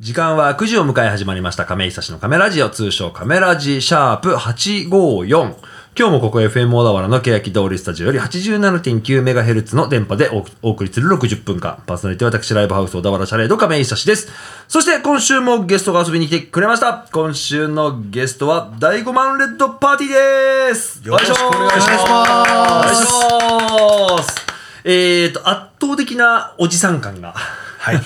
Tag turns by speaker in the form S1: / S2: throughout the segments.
S1: 時間は9時を迎え始まりました亀井久志のカメラジオ通称カメラジシャープ854今日もここ FM 小田原の欅通りスタジオより 87.9MHz の電波でおお送りする60分間パーソナリティは私ライブハウス小田原シャレード亀井久志ですそして今週もゲストが遊びに来てくれました今週のゲストは第5万レッドパーティーです
S2: よろしくお願いします
S1: お願いしますえーと圧倒的なおじさん感が
S2: はい。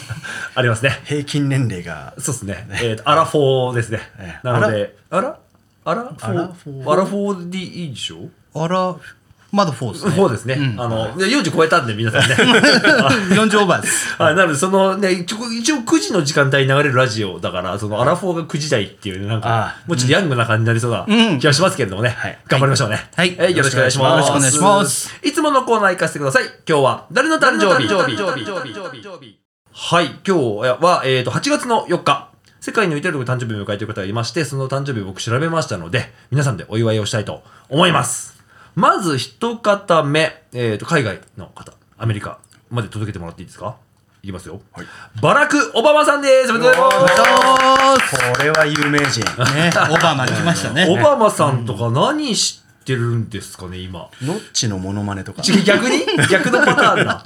S1: ありますね
S2: 平均年齢が、
S1: そうですね。えっ、と、アラフォーですね
S2: え。え
S1: なので、アラアラフォ
S2: アラフォ
S1: ー
S2: ー
S1: アラフォーでいいでしょ
S3: あら、まだフォーで すね。
S1: フォーですね。あの、で40超えたんで、皆さんね。
S3: 40オーバーです。
S1: はい、なので、そのね、一応一応9時の時間帯に流れるラジオだから、そのアラフォーが9時台っていうね、なんか
S2: あ、
S1: もうちょっとヤングな感じになりそうな
S3: うん
S1: 気がしますけれどもね
S2: はい。
S1: 頑張りましょうね。
S3: はい
S1: えよろしくお願いします。
S3: よろしくお願いします。
S1: いつものコーナー行かせてください。今日は、誰の誕生日はい、今日は、えっ、と、8月の4日。世界においてる誕生日を迎えている方がいまして、その誕生日を僕調べましたので、皆さんでお祝いをしたいと思います。まず一方目、えっ、と、海外の方、アメリカまで届けてもらっていいですかいきますよ、
S2: はい
S1: バラク・オバマさんですおめでとうございます
S2: これは有名人。
S3: ね、オーバーまで来ました
S1: オ
S3: ね。
S1: バマさんとか何知ってるんですかね、今。
S2: ノッチのモノマネとか。
S1: 違う逆 に逆のパターンだ。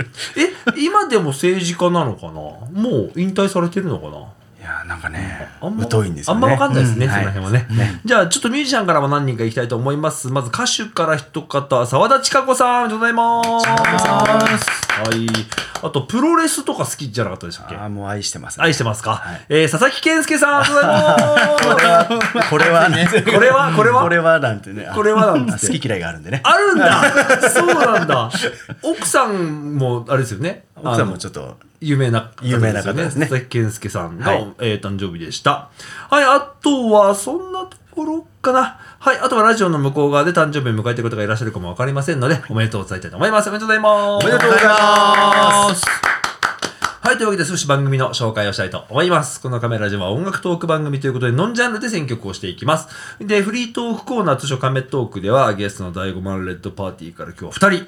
S1: え、今でも政治家なのかなもう引退されてるのかない
S2: や、なんかね
S1: あんま、
S2: 疎いんですよね。
S1: あんまわかんないですね、
S2: う
S1: その辺はね、じゃあ、ちょっとミュージシャンからは何人か行きたいと思います。まず歌手から一方、沢田千佳子さん、ありがとうございます。はい。あと、プロレスとか好きじゃなかったでしたっけ
S2: ああ、もう愛してますね。
S1: 愛してますか、
S2: はい
S1: えー佐々木健介さん、ありがとうござい ます。
S2: これはね、
S1: これは、これは、
S2: これはなんてね。あ
S1: これはなん
S2: あ
S1: つって
S2: 好き嫌いがあるんでね。
S1: あるんだそうなんだ奥さんも、あれですよね。
S2: 奥さんもち
S1: ょっと。
S2: ょっと、
S1: 有名な
S2: 有名な方ですね
S1: 佐々木健介さんの、
S2: はい
S1: えー誕生日でした。はい、あとは、そんなところかな。はい、あとはラジオの向こう側で誕生日を迎えている方がいらっしゃるかもわかりませんので、おめでとうございたいと思います。おめでとうございます。
S2: おめでとうございます。
S1: はい、というわけで少し番組の紹介をしたいと思います。このカメラジオは音楽トーク番組ということで、ノンジャンルで選曲をしていきます。で、フリートークコーナー通称カメトークでは、ゲストの第5万レッドパーティーから今日は2人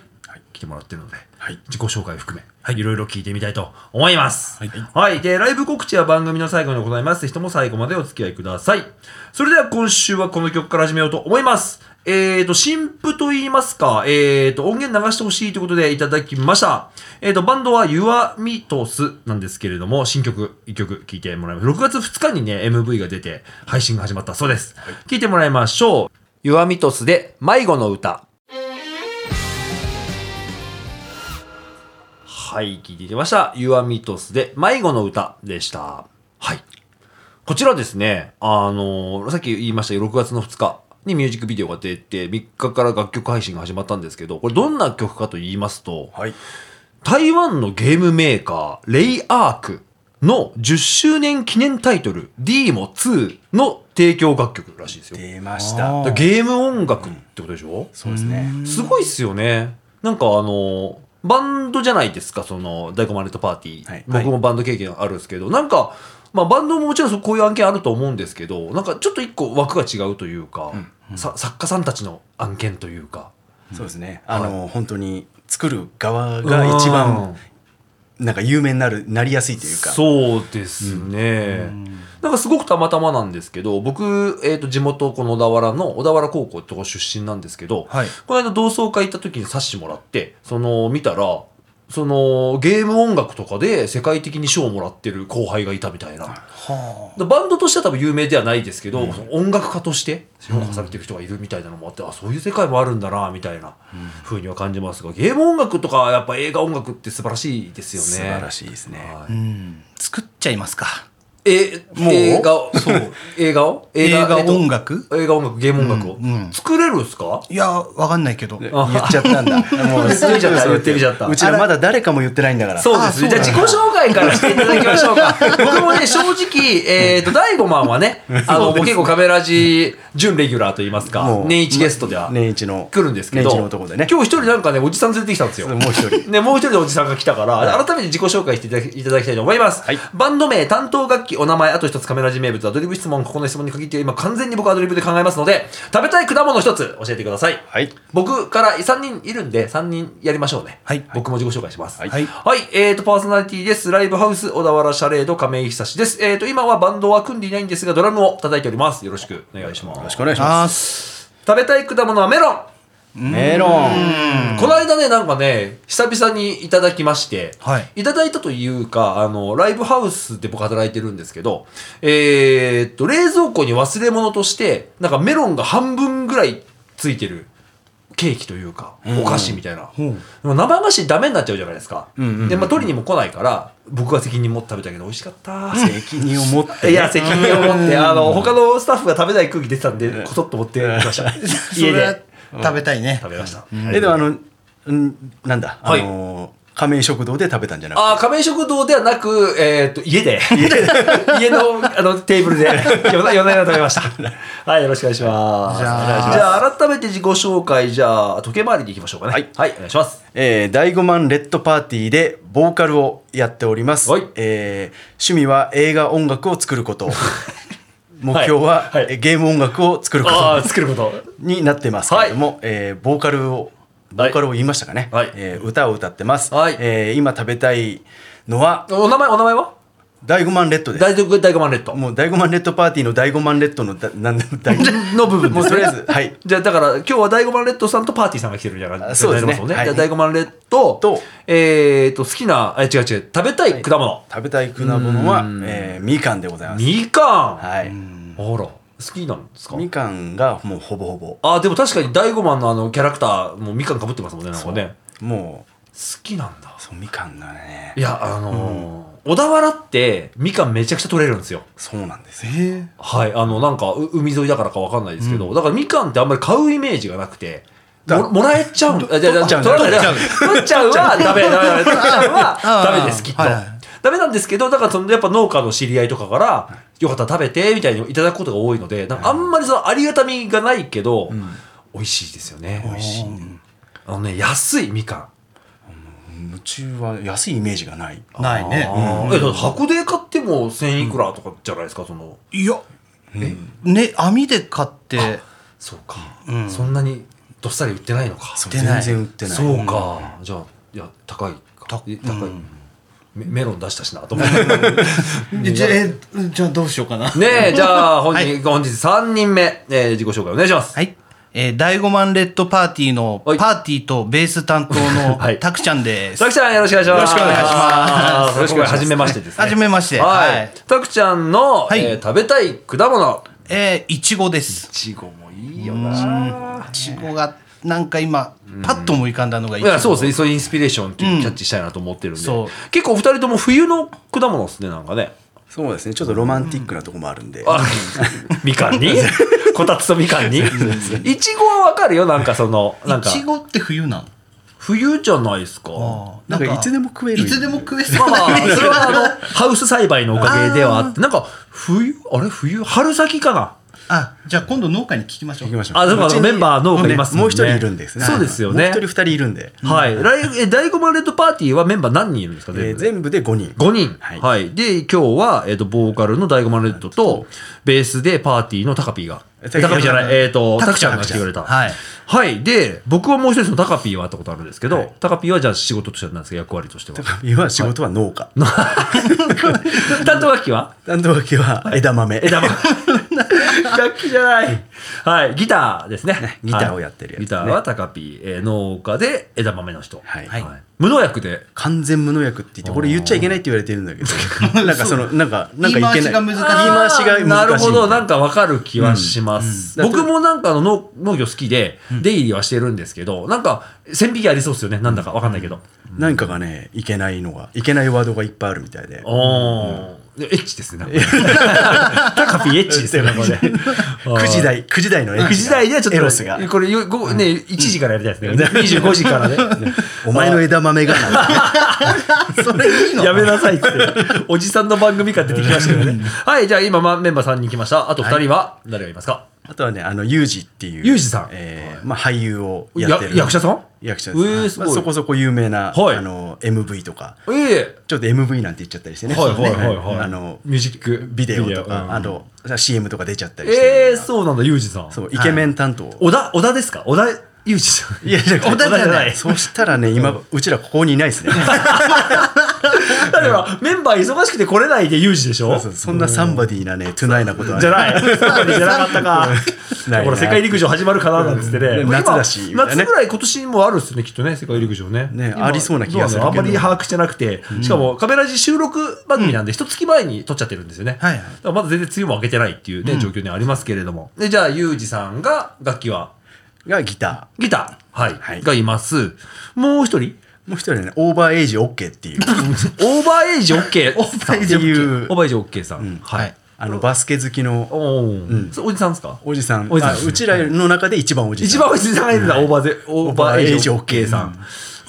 S1: 来てもらってるので、
S2: はい
S1: 自己紹介を含め、い、ろいろ聞いてみたいと思います。
S2: はい
S1: はい。で、ライブ告知は番組の最後に行います。ぜひとも最後までお付き合いください。それでは今週はこの曲から始めようと思います。えーと、新譜と言いますか、えーと、音源流してほしいということでいただきました。えーと、バンドは Your Mitos なんですけれども、新曲、一曲聴いてもらいます。6月2日にね、MV が出て、配信が始まったそうです。聴いてもらいましょう。Your Mitos で、迷子の歌。はい、聞いていきました。ユアミトスで迷子の歌でした。はい。こちらですね、あのーさっき言いましたよ6月の2日にミュージックビデオが出て、3日から楽曲配信が始まったんですけど、これどんな曲かと言いますと、
S2: はい。
S1: 台湾のゲームメーカー、レイアークの10周年記念タイトル、d も2の提供楽曲らしいですよ。
S2: 出まし
S3: あ
S2: た。
S3: ー
S1: ゲーム音楽ってことでしょ、
S2: そうですね。
S1: すごいっすよね。なんかあの、バンドじゃないですか、その、大根マネットパーティー。
S2: はい
S1: 僕もバンド経験あるんですけど、なんか、まあバンドももちろんそうこういう案件あると思うんですけど、なんかちょっと一個枠が違うというか、さ作家さんたちの案件というか。
S2: そうですね。あの、本当に作る側が一番、なんか有名になる、なりやすいというか。
S1: そうですね、なんかすごくたまたまなんですけど僕、えー、と地元この小田原の小田原高校ってとこ出身なんですけど、
S3: はい
S1: この間同窓会行った時に冊子もらってその見たらそのゲーム音楽とかで世界的に賞をもらってる後輩がいたみたいな、
S3: は
S1: でバンドとしては多分有名ではないですけど、その音楽家として評価されてる人がいるみたいなのもあって、あそういう世界もあるんだなみたいな風には感じますがゲーム音楽とかやっぱ映画音楽って素晴らしいですよね。
S2: 素晴らしいですね。
S1: はい
S3: あ。うん。作っちゃいますか。
S1: え、
S2: もう
S1: 映画を、 そう、映画を
S3: 映画
S1: えっと
S3: 音楽
S1: 映画音楽、ゲーム音楽を。
S3: うんうん
S1: 作れるんすか
S3: いや、わかんないけど。
S2: 言っちゃったん だ。もう
S1: 言ってみちゃった言ってみちゃった
S2: うちらまだ誰かも言ってないんだから。
S1: そうですね。じゃあ
S3: あ
S1: 自
S3: そう
S1: 己紹介からしていただきましょうか。 僕もね、正直、えっと、第5万はね、あの、もう結構カメラジ準レギュラーといいますか
S2: も、う
S1: 年一ゲストでは
S2: 年一の
S1: 来るんですけど、
S2: 年一の男でね
S1: 今日一人なんかね、おじさん連れてきたんですよ。
S2: もう一人。
S1: ね、もう一人のおじさんが来たから、改めて自己紹介していただきいただきたいと思います。
S2: はい
S1: バンド名、担当楽器、お名前、あと一つカメラ人名物、アドリブ質問、ここの質問に限って今完全に僕アドリブで考えますので、食べたい果物一つ教えてください。
S2: はい。
S1: 僕から3人いるんで、3人やりましょうね。
S3: はい
S1: 僕も自己紹介します。
S2: はい
S3: はい。
S1: はい、えーと、パーソナリティです。ライブハウス、小田原シャレード、亀井久志です。えーと、今はバンドは組んでいないんですが、ドラムを叩いております。よろしくお願いします。
S2: よろしくお願いしま
S3: あ
S2: す。
S1: 食べたい果物はメロン、
S2: メロン。
S1: この間ね、なんかね、久々にいただきまして、
S3: はい。
S1: いただいたというか、あの、ライブハウスで僕働いてるんですけど、えーっと、冷蔵庫に忘れ物として、なんかメロンが半分ぐらいついてるケーキというか、お菓子みたいな。でも生菓子ダメになっちゃうじゃないですか。
S2: んうんうん
S1: で、まあ取りにも来ないから、僕が責任持って食べたけど美味しかった。
S2: 責任を持ってね。
S1: いや、責任を持って、あの、他のスタッフが食べない空気出てたんで、こそっと持ってきました。家
S3: それは
S1: で
S3: 食べたいね。
S1: 食べました。
S2: えでもあの、うん、なんだ、あ
S1: はい
S2: の亀井食堂で食べたんじゃなくて
S1: ああ、亀井食堂ではなく、えーっと、家で。 家のあのテーブルで、夜 な夜な夜な食べました。はい、よろしくお願いします。
S3: じゃあ
S1: お願いしますじゃあ改めて自己紹介、じゃあ、時計回りでいきましょうかね。
S2: はい
S1: お願いします。
S2: えー、第5万レッドパーティーでボーカルをやっております、
S1: はい
S2: えー趣味は映画音楽を作ること 目標は、
S1: はいはい
S2: えーゲーム音楽を作るこ
S1: ああ、
S2: と
S1: 作ること。
S2: になってますけれども、えーボーカルをボーカルを言いましたかね、
S1: はい
S2: えー歌を歌ってます、
S1: はい
S2: えー今食べたいのは
S1: お名前、お名前は
S2: 第5万レッドです
S1: 大徳大マンレッド。
S2: もう第5万レッドパーティーの第5万レッドのだなんだ第 5
S1: の部分ですね
S2: もう とりあえずはい
S1: じゃあだから今日は大五マンレッドさんとパーティーさんが来てるみたいな感じ
S2: そうですね
S1: になりま
S2: はい
S1: じゃあ大五マンレッド
S2: と
S1: えー、と好きなあ違う違う食べたい果物、
S2: 食べたい果物は、えーみかんでございます。
S1: みかん、
S2: はい。
S1: あら好きなんですか
S2: みかんがもうほぼほぼ、
S1: あでも確かに大五マンのあのキャラクターもみかんかぶってますもんねなんかね
S2: も
S1: 好きなんだ
S2: うそうみかんがね
S1: い、やあのー小田原ってみかんめちゃくちゃ取れるんですよ
S2: そうなんですよ。
S3: え
S1: はいあのなんかう海沿いだからかわかんないですけど、だからみかんってあんまり買うイメージがなくてももらえちゃうんだ。じゃ 取っちゃう。取っちゃうはダメ、ダ メ、ダメ。取っちゃうはダメです、きっと
S3: はいはい。
S1: ダメなんですけど、だからそのやっぱ農家の知り合いとかから、よかったら食べて、みたいにいただくことが多いので、なんかあんまりそのありがたみがないけど、美味しいですよね。美味しい。あのね、安いみかん。
S2: うちは安いイメージがない。
S3: ないね。
S1: あーえだって箱で買っても1000いくらとかじゃないですか、その。
S3: いや、ね、網で買って、
S1: そうか。そんなにどっさり売ってないのか。
S2: そう
S3: 売ってな
S2: 全
S3: い
S2: 然売ってない。
S1: そうか、じゃあいや高いか
S3: た
S1: え
S3: うん
S1: 高い、メメロン出したしなと思 って
S3: じゃあ、えじゃあどうしようかな。
S1: ねえじゃあ本日,、
S3: はい
S1: 本日3人目、えー自己紹介お願いします、
S3: はい。えー、第5万レッドパーティーの、パ
S1: はい
S3: ーティーとベース担当 の
S1: はい、
S3: たくちゃんです。
S1: さくちゃんよろしくお願いします
S3: よろしくお願いします
S1: よろしくお願いします初めましてですね
S3: 初めまして
S1: は
S3: はいい
S1: たくちゃんの、
S3: はい
S1: えー食べたい果物
S3: えー、いちごです。
S1: いちごもいいよない
S3: ちごが、なんか今、パッと思い浮かんだのがい
S1: い
S3: ちご。
S1: やそうですねそういうインスピレーションっていう
S3: うん
S1: キャッチしたいなと思ってるんで、
S3: そう
S1: 結構お二人とも冬の果物ですねなんかね
S2: そうですね。ちょっとロマンティックなとこもあるんで。
S1: あみかんにこたつとみかんにいちごはわかるよなんかそのなん
S3: い
S1: か
S3: ちごって冬なの
S1: 冬じゃないですか
S3: あー
S2: なんかいつでも食える。
S3: いつでも食えそ
S1: まあ
S3: う
S1: まあ
S3: な
S1: それはあのハウス栽培のおかげではあってなんか冬あれ冬春先かな
S3: あ、じゃあ今度農家に聞きましょ
S2: 行き
S3: う
S2: ま。しょう。
S1: あでもあ
S2: うち
S1: の
S2: に
S1: メンバー農家いますもんね
S2: もう一人いるんですね。
S1: そうですよね
S2: もう一人二人いるんで。
S1: はい来え第5マレッドパーティーはメンバー何人いるんですか
S2: えー
S1: 全部で
S2: 全部で5人。
S1: 5人、は
S2: はいい
S1: で今日は、えっとボーカルの大マレッドとベースでパーティーのタカピーが
S2: え
S1: タカピーじゃないえっ、とタ
S3: タ
S1: ク
S3: ク
S1: ち
S3: ち
S1: ゃ
S3: ゃ
S1: ん
S3: ん
S1: が来てくれた
S3: はい。
S1: はい。で、僕はもう一つのタカピーは会ったことあるんですけど、
S2: はい
S1: タカピーはじゃあ仕事としてはなんですか、役割としては。
S2: 今仕事は農家。
S1: 担当楽器は
S2: 担当脇は枝豆。
S1: 枝豆。楽器じゃない。はい。ギターですね。
S2: ギターをやってる
S1: や
S2: や
S1: つ、
S2: つ
S1: ギ
S2: ね
S1: ターはタカピー、えー農家で枝豆の人。
S2: はい
S1: 無農薬で。
S2: 完全無農薬って言って、これ言っちゃいけないって言われてる んだけど。なんかその、なんか、なんかいけない。
S3: 言い回しが難し
S2: 言
S3: い
S2: い回しが難しい。
S1: なるほど。なんかわかる気はします。
S2: うんうん
S1: 僕もなんかあの農農業好きで、出入りはしてるんですけど、なんか線引きありそうですよね。なんだかわかんないけど。
S2: 何かがねいけないのがいけないワードがいっぱいあるみたいで
S1: おーエッチですね。なん かタカピーエッチですよね、これ。
S2: 9時台9時台のエロ
S1: 9時台ではちょっと
S2: エロスが
S1: これよごね1時からやりたいですね25時からね
S2: お前の枝豆がなんて
S3: それいいの
S1: やめなさいっておじさんの番組から出てきましたけどねはいじゃあ今まメンバー3人来ましたあと2人は誰がいますか
S2: あとはねあのユージっていう
S1: ユージさん
S2: えーまあ俳優をやってる
S1: や役者さん
S2: 役者です、
S1: えー
S2: はい
S1: すごい
S2: まあそこそこ有名な、
S1: はい
S2: あの MV とか
S1: ええ
S2: ちょっと MV なんて言っちゃったりしてね
S1: はい
S2: そのね
S1: はいはいはい
S2: あの
S1: ミュージック
S2: ビデオとか、
S1: うん
S2: あと CM とか出ちゃったりしてるよう
S1: ええ
S2: な
S1: そうなんだユージさん
S2: そうイケメン担当、
S1: 小田小田ですか小田ユージさん
S2: いやじゃ
S1: 小田じゃ ない
S2: そうしたらね今、うちらここにいないですね
S1: だからメンバー忙しくて来れないでユージでしょ
S2: そうそうそんなサンバディーなねトゥナイなことはね
S1: じゃない。じゃなかったか。
S2: ない
S1: ほら、世界陸上始まるかななんつってね。
S2: うん
S1: まあ
S2: 夏だし
S1: 今
S2: みたいなね
S1: 夏ぐらい今年もあるっすね、きっとね、世界陸上ね。
S2: ね
S1: 今
S2: ありそうな気がする
S1: どうな
S2: けど
S1: のあんまり把握してなくて、しかもカメラ時収録番組なんで、一月前に撮っちゃってるんですよね。
S3: はいはい
S1: だからまだ全然梅雨も明けてないっていうね、状況にはありますけれども。で、じゃあ、ユージさんが楽器は、
S2: がギタ
S1: ギター、はい、
S2: はい
S1: がいます。もう一人、
S2: ーもう一人ねオーバーエイジ OK っ ていう
S1: オーバーエイジ OK オー
S2: バーエイジ OK
S1: オーバーエイジ OK さん。はい。
S2: あのバスケ好きの
S1: おーそれおじさんですか
S2: おじさん
S1: おじさん
S2: あうちらの中で一番おじさん
S1: 一番おじさんがいるんだ、オーバーゼ、オーバーエイジオッケーさん。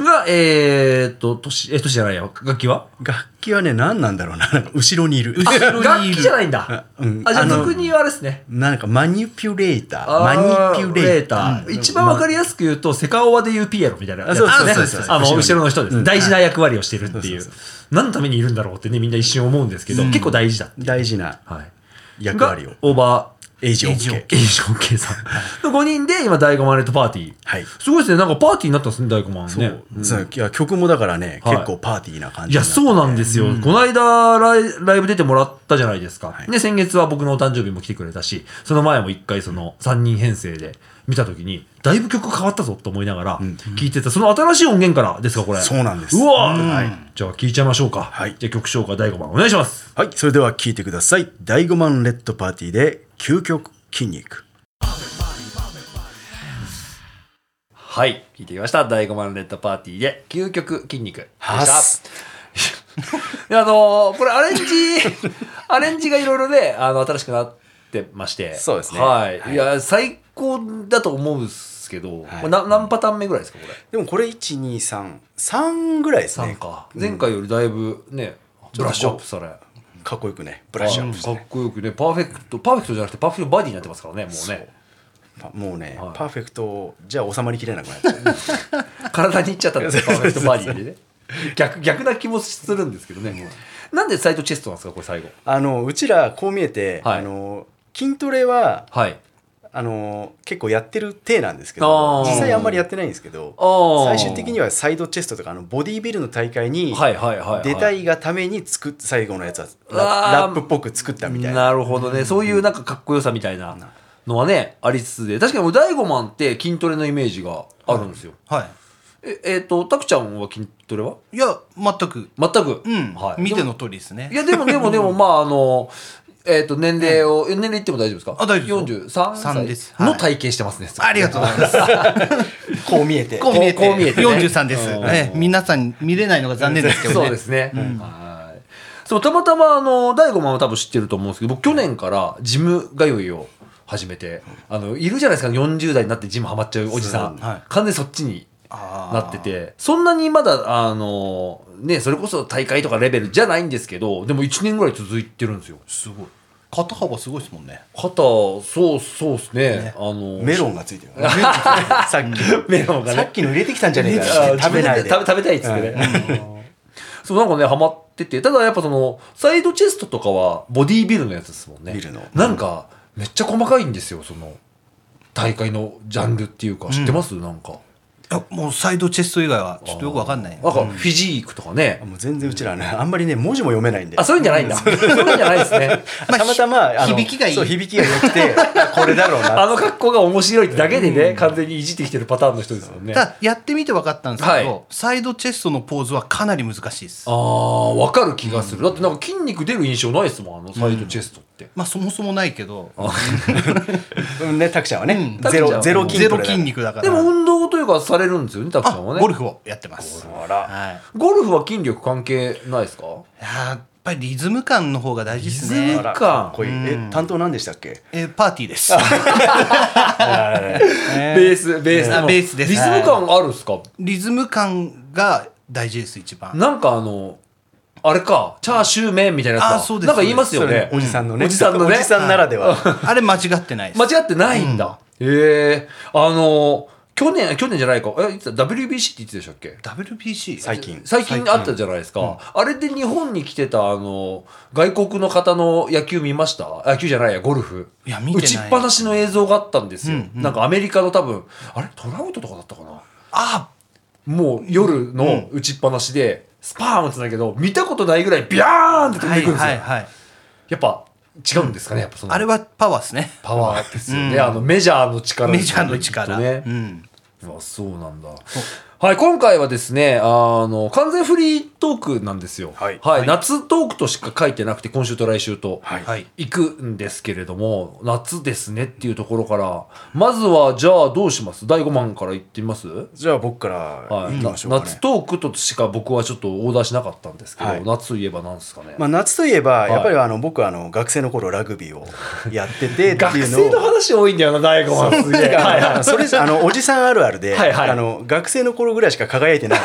S1: が、えーっと、年、え、年じゃないや、楽器は
S2: 楽器はね何なんだろうななんか後ろにいる
S1: あ
S3: 後ろ
S1: 楽
S3: にいる
S1: 器じゃないんだ。
S2: うん
S1: あ、じゃあ
S2: あの
S1: 俗に言われですね。
S2: なんかマニピュレータ
S1: あ
S2: ーマニピュレーター
S1: レ一番わかりやすく言うと、セカオワで言うピエロみたいなやつですね。
S2: あそうそうそうそう
S1: あの、
S2: 後ろに
S1: 後ろの人です、
S2: うん
S1: 大事な役割をしてるっていう
S2: そう。
S1: 何のためにいるんだろうってね、みんな一瞬思うんですけど、結構大事だ。
S2: 大事な
S1: はい。
S2: 役割を
S1: がオーバー
S2: エイジ
S1: エイジ
S2: OK
S1: エイジ OK さん。の5人で今、第5マネットパーティー。
S2: はい
S1: すごいですね。なんかパーティーになったんですね、第5マンね。
S2: そうそういや曲もだからね
S1: はい
S2: 結構パーティーな感
S1: い
S2: じに
S1: や、
S2: なって
S1: そうなんですよ。この間ライ、ライブ出てもらったじゃないですか。
S2: はい
S1: ね、先月は僕のお誕生日も来てくれたし、その前も一回その3人編成で見たときに、だいぶ曲変わったぞと思いながら、聞いてた、その新しい音源からですか、これ。
S2: そうなんです
S1: うわ
S2: うんは
S1: ー
S2: い
S1: じゃあ聞いちゃいましょうか。
S2: はい
S1: じゃあ曲紹介第5番お願いします。
S2: はいそれでは聴いてください「第5万レッドパーティー」で「究極筋肉
S1: はい、聞いてきました。第5番レッドパーティーで、究極筋肉でし」
S2: はっす
S1: であのーこれアレン ジアレンジがいろいろねあの新しくなってまして
S2: そうですね
S1: はい、、
S2: はいい
S1: や最高だと思うんですけど、
S2: はい
S1: これな何パターン目ぐらいですかこれ
S2: でもこれ1233ぐらいですね
S1: 3か、前回よりだいぶねブラッシュアップされ
S2: かっこよくねブラッシュアップして
S1: かっこよくねパーフェクトパーフェクトじゃなくてパーフェクトバディになってますからねもうね
S2: パもうね、
S1: はい
S2: パーフェクトじゃ収まりきれなくなっちゃう
S1: 体にいっちゃったんですよパーフェクトバディでね逆逆な気もするんですけどね、なんでサイトチェストなんですかこれ最後
S2: あのうちらこう見えて、
S1: はい
S2: あの筋トレは
S1: はい
S2: あの結構やってる体なんですけ
S1: あ
S2: ど
S1: ー
S2: 実際あんまりやってないんですけど
S1: あー
S2: 最終的にはサイドチェストとかあのボディービルの大会に
S1: はいはいはい、はい、
S2: 出たいがために作っ最後のやつはラ
S1: あー
S2: ラップっぽく作ったみたいな
S1: なるほどね、そういうなんかかっこよさみたいなのはねありつつで確かに大悟マンって筋トレのイメージがあるんですよ、
S3: は。
S1: ええー、と拓ちゃんは筋トレはい
S3: いや、全く。
S1: 全く、
S3: うん。
S1: はい、
S3: 見ての
S1: で
S3: 通りですね。
S1: もいやでもでもでもまああのえっ、と年齢を、え年齢言っても大丈夫ですか
S3: あ大丈夫
S1: 43
S3: です
S1: 歳
S3: 3ですはい
S1: の体型してますね、
S3: ありがとうございます。
S2: こう見えて
S3: こう見えて、
S1: こう見えてね
S3: 43です。
S1: うん
S3: ね皆さん見れないのが残念ですけどね。
S1: そうですね。はい。そう、たまたま、あの、大悟マンは多分知ってると思うんですけど、僕、去年からジム通いを始めて、あの、いるじゃないですか、40代になってジムハマっちゃうおじさん。
S3: そうはい
S1: 完全にそっちに
S3: あー
S1: なってて、そんなにまだ、あの、ね、それこそ大会とかレベルじゃないんですけど、でも1年ぐらい続いてるんですよ。
S3: すごい。肩幅すごいですもんね。
S1: 肩、そう、そうですね。あの、
S2: メ
S1: ン。
S2: ロンがついて るさっき
S1: メロンがね
S2: さっきの入れてきたんじゃねえか
S1: あー
S2: 食べない
S1: 自分食
S2: で
S1: べ食べたいっつってね。そうなんかねハマっててただやっぱそのサイドチェストとかはボディービルのやつですもんね
S2: ビルの
S1: なんかめっちゃ細かいんですよその大会のジャンルっていうか知ってます、なんか
S3: いや、もうサイドチェスト以外はちょっとよくわかんな
S1: な
S3: い。
S1: んかフィジークとかね、
S2: もう全然うちらねあんまりね文字も読めないんで
S1: あそういうんじゃないんだ そういうんじゃないです ね
S3: まあ
S2: たまたまあの
S3: 響きがいい
S2: そう響きが良くてこれだろうな
S1: あの格好が面白いってだけでね、完全にいじってきてるパターンの人ですもんね
S3: ただやってみて分かったんですけ
S1: は
S3: ど、
S1: い
S3: サイドチェストのポーズはかなり難しいです
S1: あーわかる気がするだってなんか筋肉出る印象ないですもんあのサイドチェストって、
S3: まあそもそもないけど
S2: うんね、タクちゃんはね、
S1: うん
S2: ゼ
S1: タ
S2: ロ
S1: クちゃ
S2: ゼ
S1: んは
S2: ロ筋
S3: ゼ
S2: トレだか
S3: ロ
S2: ら
S3: 筋肉だから
S1: でも運動というかされるんですよねタク
S3: あ
S1: さんはね
S3: ゴルフをやってます
S2: あら
S3: はい
S1: ゴルフは筋力関係ないですか
S3: やっぱりリズム感の方が大事です
S1: リズム
S2: あ
S3: ね
S2: らかっこいいえ担当何でしたっけ
S3: えーパーティーです
S1: ベース、ベース。
S3: あベースです
S1: リズム感あるんですか
S3: リズム感が大事です一番
S1: なんかあの、あれか、チャーシュー麺みたいなやつか
S3: あそうです
S1: なんか言いますよ
S2: それ
S1: ね
S2: ね。おじさんのね、
S1: おじさんのね。
S2: おじさんならでは
S3: あれ間違ってないです
S1: 間違ってないんだ。へえ。あの、去年、去年じゃないか。え、いつだ WBC って言ってたでしたっけ
S3: WBC
S2: 最近
S1: 最近あったじゃないですか、あれで日本に来てたあの外国の方の野球見ました野球じゃないやゴルフ
S3: いや見てな
S1: 打
S3: い
S1: ちっぱなしの映像があったんですよ、
S3: うんうん
S1: なんかアメリカの多分あれトラウトとかだったかな
S3: あ
S1: もう夜の打ちっぱなしでスパーン打つんだけど見たことないぐらいビャーンって飛ん
S3: は
S1: で
S3: い
S1: くるんですよ、
S3: はいはい
S1: やっぱ違うんですかねやっぱその
S3: あれはパワーですね
S1: パワーですよね、
S3: うん
S1: あのメジャーの力
S3: メ
S1: です
S3: ジ
S1: よね
S3: ャーの力、
S1: きっとね
S3: うん、
S1: あそうなんだはい今回はですねあの完全フリートークなんですよ
S2: はい
S1: 夏トークとしか書いてなくて今週と来週と
S2: はい
S3: はい
S1: 行くんですけれども夏ですねっていうところからまずはじゃあどうします第5番から行ってみます
S2: じゃあ僕から
S1: はい、
S2: いき
S1: な
S2: ましょうかね、
S1: 夏トークとしか僕はちょっとオーダーしなかったんですけど、
S2: はい
S1: 夏といえばなんですかね、
S2: まあ、夏といえば
S1: い
S2: やっぱりあの僕はあの学生の頃ラグビーをやっててって
S1: 学
S2: いう
S1: 生の
S2: のを。
S1: 話多いんだよな第5番すげえ、はいはい、
S2: それじゃあのおじさんあるあるで
S1: はいはい
S2: あの学生の頃ぐらいしか輝いてない